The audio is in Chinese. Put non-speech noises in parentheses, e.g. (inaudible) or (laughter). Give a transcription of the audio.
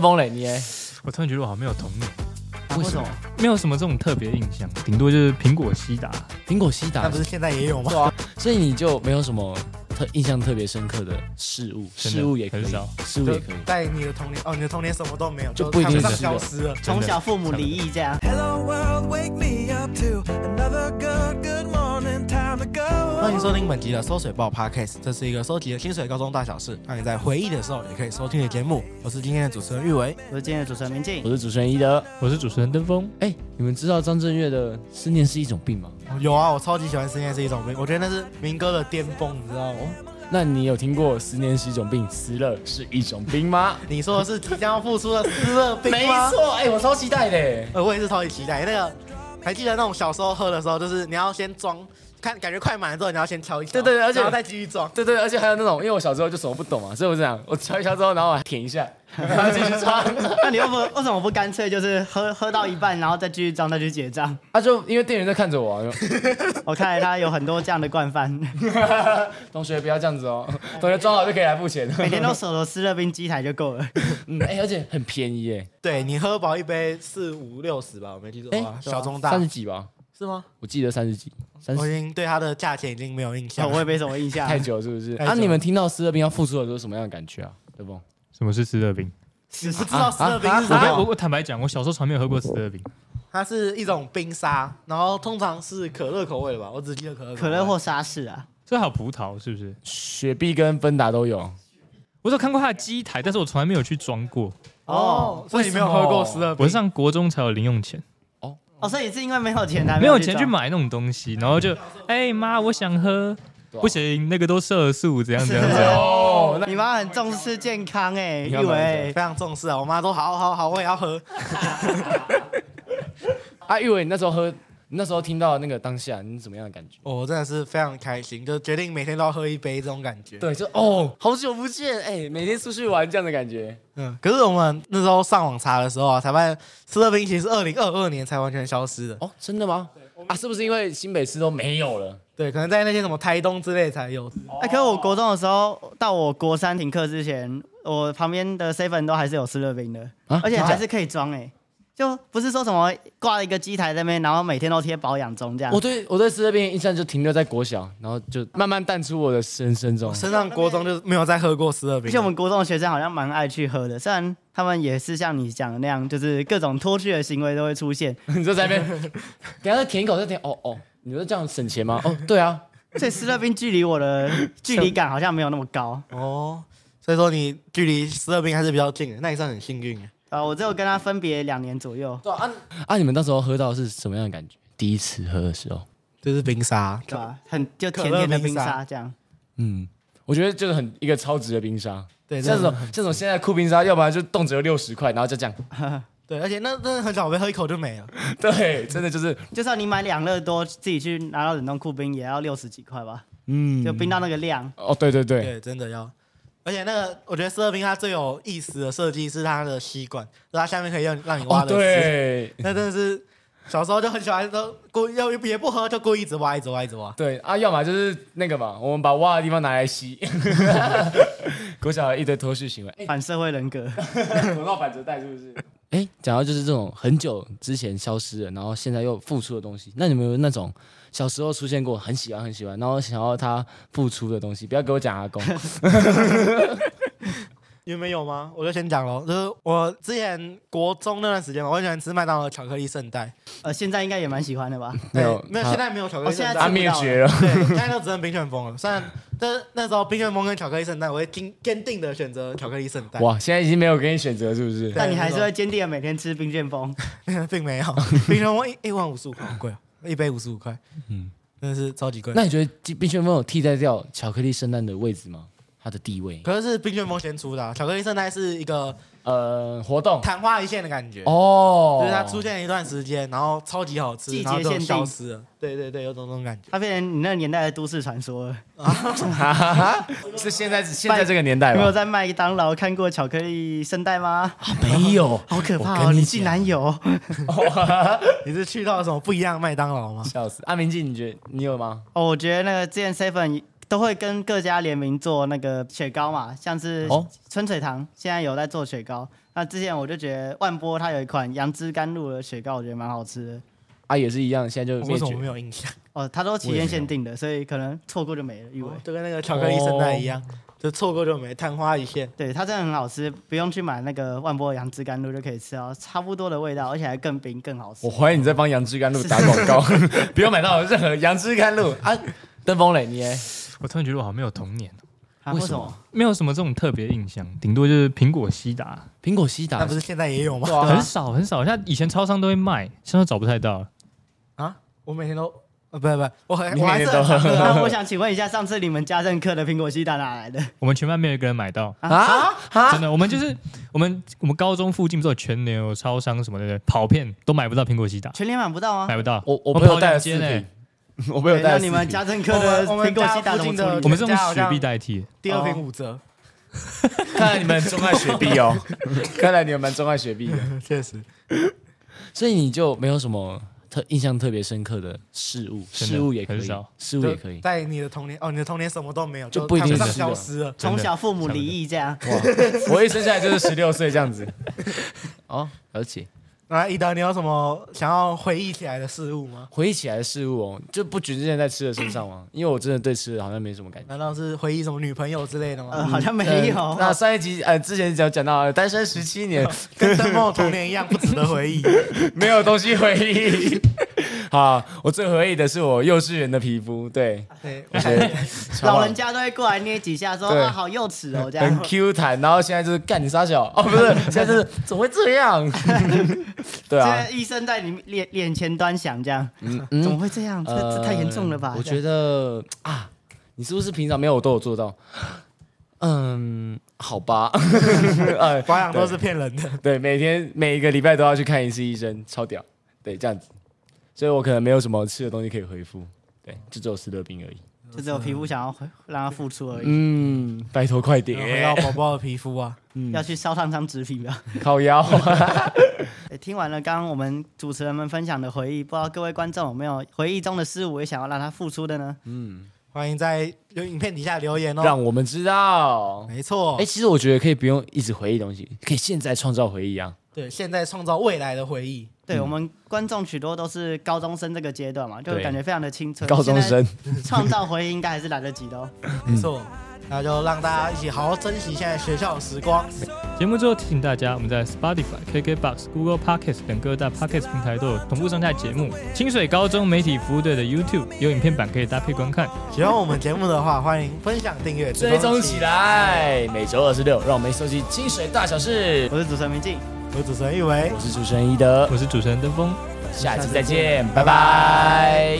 峰磊，你哎，我突然觉得我好像没有童年，啊为为什什么么？没有什么这种特别印象，顶多就是苹果西达。苹果西那达不，是现在也有吗？对啊，所以你就没有什么特印象特别深刻的事物，真的事物也可以很少，事物也可以。在你的童年哦，你的童年什么都没有，就都不一定谈上是消失了。真从的小父母离异这样。 Hello world, wake me up to another good, good morning, time to go. 欢迎收听本集的《收水报 Podcast》，这是一个收集了清水高中大小事，让你在回忆的时候也可以收听的节目。我是今天的主持人玉维，我是今天的主持人明我静，是主持人一德。我是主持人登峰，哎，你们知道张震岳的思念是一种病吗？有啊，我超级喜欢《思念是一种病》，我觉得那是民歌的巅峰，你知道吗？那你有听过思念是一种病，死了是一种病吗？你说的是即将要复出的斯乐冰没吗？错，哎，我超期待的。呃，我也是超级期待那个。还记得那种小时候喝的时候，就是你要先装，看感觉快满了之后，你要先敲一敲，对对对而且然后再继续装。对对，而且还有那种，因为我小时候就什么不懂嘛，所以我这样，我敲一敲之后，然后我还舔一下，然后继续穿。 (laughs) 那你又不为什么不干脆就是喝喝到一半，然后再继续装，再去结账？ (laughs) 他啊就因为店员在看着我、啊，我看来他有很多这样的惯 (laughs) 犯，啊同学不要这样子哦，同学装好就可以来付钱。每天都手螺丝热冰机台就 (laughs) 够了。嗯，哎、而且很便宜哎，对你喝饱一杯四五六十吧，我没记错的啊话，小中大三十几吧，是吗？我记得三十几，三我已十经对它的价钱已经没有印象我了。也没什么印象。太久是不是？太啊，久你们听到斯乐冰要付出的都是什么样的感觉啊？对不？什么是斯乐冰？你不知道斯乐冰是我什没我么？我坦白讲，我小时候从来没有喝过斯乐冰，它是一种冰沙，然后通常是可乐口味的吧？我只记得可乐口味 (laughs) 可乐或沙士啊，这好葡萄是不是？雪碧跟芬达都有，我只有看过它的机台，但是我从来没有去装过。哦，所以你没有为什么喝过斯乐我冰？上国中才有零用钱，哦，所以是因为没有钱才没有钱去装。买那种东西，然后就哎妈，我想喝，对啊不行，那个都色素， (laughs) 怎样怎样怎样。哦，那你妈很重视健康哎、欸，你以要买为非常重视啊！我妈说好好好，我也要喝。啊，玉伟，你那时候喝，你那时候听到那个当下，你是怎么样的感觉？哦我真的是非常开心，就决定每天都要喝一杯这种感觉。对，就哦，好久不见，哎、每天出去玩这样的感觉，嗯，可是我们那时候上网查的时候啊，才发现斯乐冰其实是二零二二年才完全消失的。哦，真的吗？啊，是不是因为新北市都没有了？对，可能在那些什么台东之类才有。哎、可是我国中的时候，到我国三停课之前，我旁边的 seven 都还是有湿热冰的，啊而且还是可以装哎、就不是说什么挂了一个机台在那边，然后每天都贴保养中这样我。对我对斯乐冰的印象就停留在国小，然后就慢慢淡出我的人生中我。身上国中就没有再喝过斯乐冰而且我们国中的学生好像蛮爱去喝的，虽然他们也是像你讲的那样，就是各种脱去的行为都会 (laughs) 出现。 (laughs) 你就在那边，等一下再舔一口，再舔，哦哦，你说这样省钱吗？ (laughs) 哦，对啊，所以湿热冰距离我的距离感好像没有那么高。哦，所以说你距离斯乐冰还是比较近的，那你算很幸运耶。啊，我只有跟他分别两年左右，对啊啊啊！你们当时候喝到是什么样的感觉？第一次喝的时候，就是冰沙，对吧？很就可甜乐甜的冰冰沙沙这样。嗯，我觉得就是很一个超值的冰沙，对，像真这的种像这种现在酷冰沙，要不然就动辄六十块，然后就这 (laughs) 样，对，而且那真的很少，我喝一口就没了。对，真的就是就算你买两乐多，自己去拿到冷冻库冰，也要六十几块吧？嗯，就冰到那个量，哦，对对对，对，真的要。而且那个，我觉得斯乐冰它最有意思的设计是它的吸管，就它下面可以让你让你挖哦的、，对那真的是小时候就很喜欢，都故意要也不喝，就故意一直挖，一直挖，一直挖。对啊，要么就是那个嘛，我们把挖的地方拿来吸， (laughs) 国小一堆脱序行为，哎反社会人 (laughs) 格。 (laughs) 口罩反折带是不是？哎，讲到就是这种很久之前消失了，然后现在又复出的东西，那你们有没有那种小时候出现过很喜欢很喜欢，然后想要它复出的东西？不要给我讲阿 (laughs) 公，你们有吗？我就先讲喽，就是我之前国中那段时间嘛，我很喜欢吃麦当劳的巧克力圣代，呃，现在应该也蛮喜欢的吧？没有对没有，它现在没有巧克力哦现圣代，在它灭绝了。对，现在都只剩冰旋风了。虽然，但是那时候冰旋风跟巧克力圣诞，我会坚坚定的选择巧克力圣诞。哇，现在已经没有给你选择，是不是？对但你还是会坚定的每天吃冰旋风。并没有，冰旋风一一碗五十五块，好贵哦，一杯五十五块，嗯，真的是超级贵。那你觉得冰旋风有替代掉巧克力圣诞的位置吗？它的地位？可是是冰旋风先出的啊、巧克力圣诞是一个呃，活动昙花一现的感觉，哦，就是它出现了一段时间，然后超级好吃，季节然后就限定消失了。对对对，有种这种感觉。它变成你那个年代的都市传说了。哈哈哈， (laughs) 是现在现在这个年代你没有吗？在麦当劳看过巧克力圣代吗？没有，好可我怕哦！跟你你讲竟然有？ (laughs) 你是去到什么不一样的麦当劳吗？笑死！阿明静，你觉得你有吗？哦，我觉得那个之前 seven 都会跟各家联名做那个雪糕嘛，像是哦春水堂现在有在做雪糕。那之前我就觉得万波它有一款杨枝甘露的雪糕，我觉得蛮好吃的。啊，也是一样，现在就我灭为什绝么。没有印象？哦，它都期间限定的，所以可能错过就没了。玉伟，啊哦就跟那个巧克力圣代一样，就错过就没，昙花一现。对它真的很好吃，不用去买那个万波的杨枝甘露就可以吃到差不多的味道，而且还更冰更好吃我。怀疑你在帮杨枝甘露打广告， (laughs) 不要买到任何杨枝甘露啊。登峰磊，你哎，我突然觉得我好像没有童年，啊为为什什么么？没有什么这种特别印象，顶多就是苹果西达，苹果西那达不是现在也有吗？啊哇很少很少，像以前超商都会卖，现在找不太到了。啊，我每天都，呃，不不，我还你我还每是天都很常 (laughs) 喝。啊那我想请问一下，上次你们家政课的苹果西达哪来的？我们全班没有一个人买到，啊啊真的，我们就是我们我们高中附近不是有全联、有超商什么的，跑遍都买不到苹果西达，全年买不到啊啊吗？买不到。我我我朋友跑带了两四间瓶欸， (laughs) 我朋友对带哎那了你四们瓶。家政课的我们苹果西达我们家附怎么近的处理我？们是用人家好雪像碧代替，第二瓶五折，看来你们很钟爱雪 (laughs) 碧哦，看来你们蛮钟爱雪碧的。 (laughs) 确实。所以你就没有什么特印象特别深刻的事物，真事的物也可以很少，事物也可以。在你的童年，哦，你的童年什么都没有，就不一定谈上是啊消失了。从小父母离异这样，我一生下来就是十六岁这样子。 (laughs) 哦，而且那一德，你有什么想要回忆起来的事物吗？回忆起来的事物哦，就不局限在吃的身上吗？因为我真的对吃的好像没什么感觉。难道是回忆什么女朋友之类的呃，吗？好像没呃有。那上一集呃，之前有讲到呃单身十七年，跟邓梦童年一样，不值 (laughs) 得回忆。没有东西回忆。 (laughs) 好，我最回忆的是我幼稚园的皮肤，对，对，我觉得 (laughs) (laughs) 老人家都会过来捏几下，说对啊好幼齿哦这很样。 Q 弹，然后现在就是干你傻小哦，不 (laughs) 是，现在就是怎么会这样？对现啊在，医生在你脸脸前端详这样，嗯怎嗯么，会这样？这呃这太严重了吧？我觉得啊，你是不是平常没有我都有做到？嗯，好 (laughs) 吧，呃，保养都是骗人的。对，每天每一个礼拜都要去看一次医生，超屌，对，这样子，所以我可能没有什么吃的东西可以回复，对，就只有斯乐冰而已。就只有皮肤想要回让它复出而已，嗯，拜托快 (laughs) 回点到，宝宝的皮肤啊，要去烧烫伤植皮吧。 (laughs) 靠腰，诶听完了刚刚我们主持人们分享的回忆，不知道各位观众有没有回忆中的事物也想要让它复出的呢？欢迎在有影片底下留言哦。 (laughs) 让我们知道。没错 (laughs) 哎、，其实我觉得可以不用一直回忆东西，可以现在创造回忆啊。对，现在创造未来的回忆。对我们观众许多都是高中生这个阶段嘛，就对感觉非常的青春。高中生，现在创造回忆应该还是来得及的哦。没错，那就让大家一起好好珍惜现在学校的时光。节目最后提醒大家，我们在 Spotify、KKBox、Google Podcast 等各大 Podcast 平台都有同步上架节目。清水高中媒体服务队的 YouTube 有影片版可以搭配观看。喜欢我们节目的话，欢迎分享、订阅、追踪起。来，每周二十六，让我们一起收集清水大小事。我是主持人明静，我是主持人玉维我。是主持人一德，我是主持人登峰。下期再见，拜拜。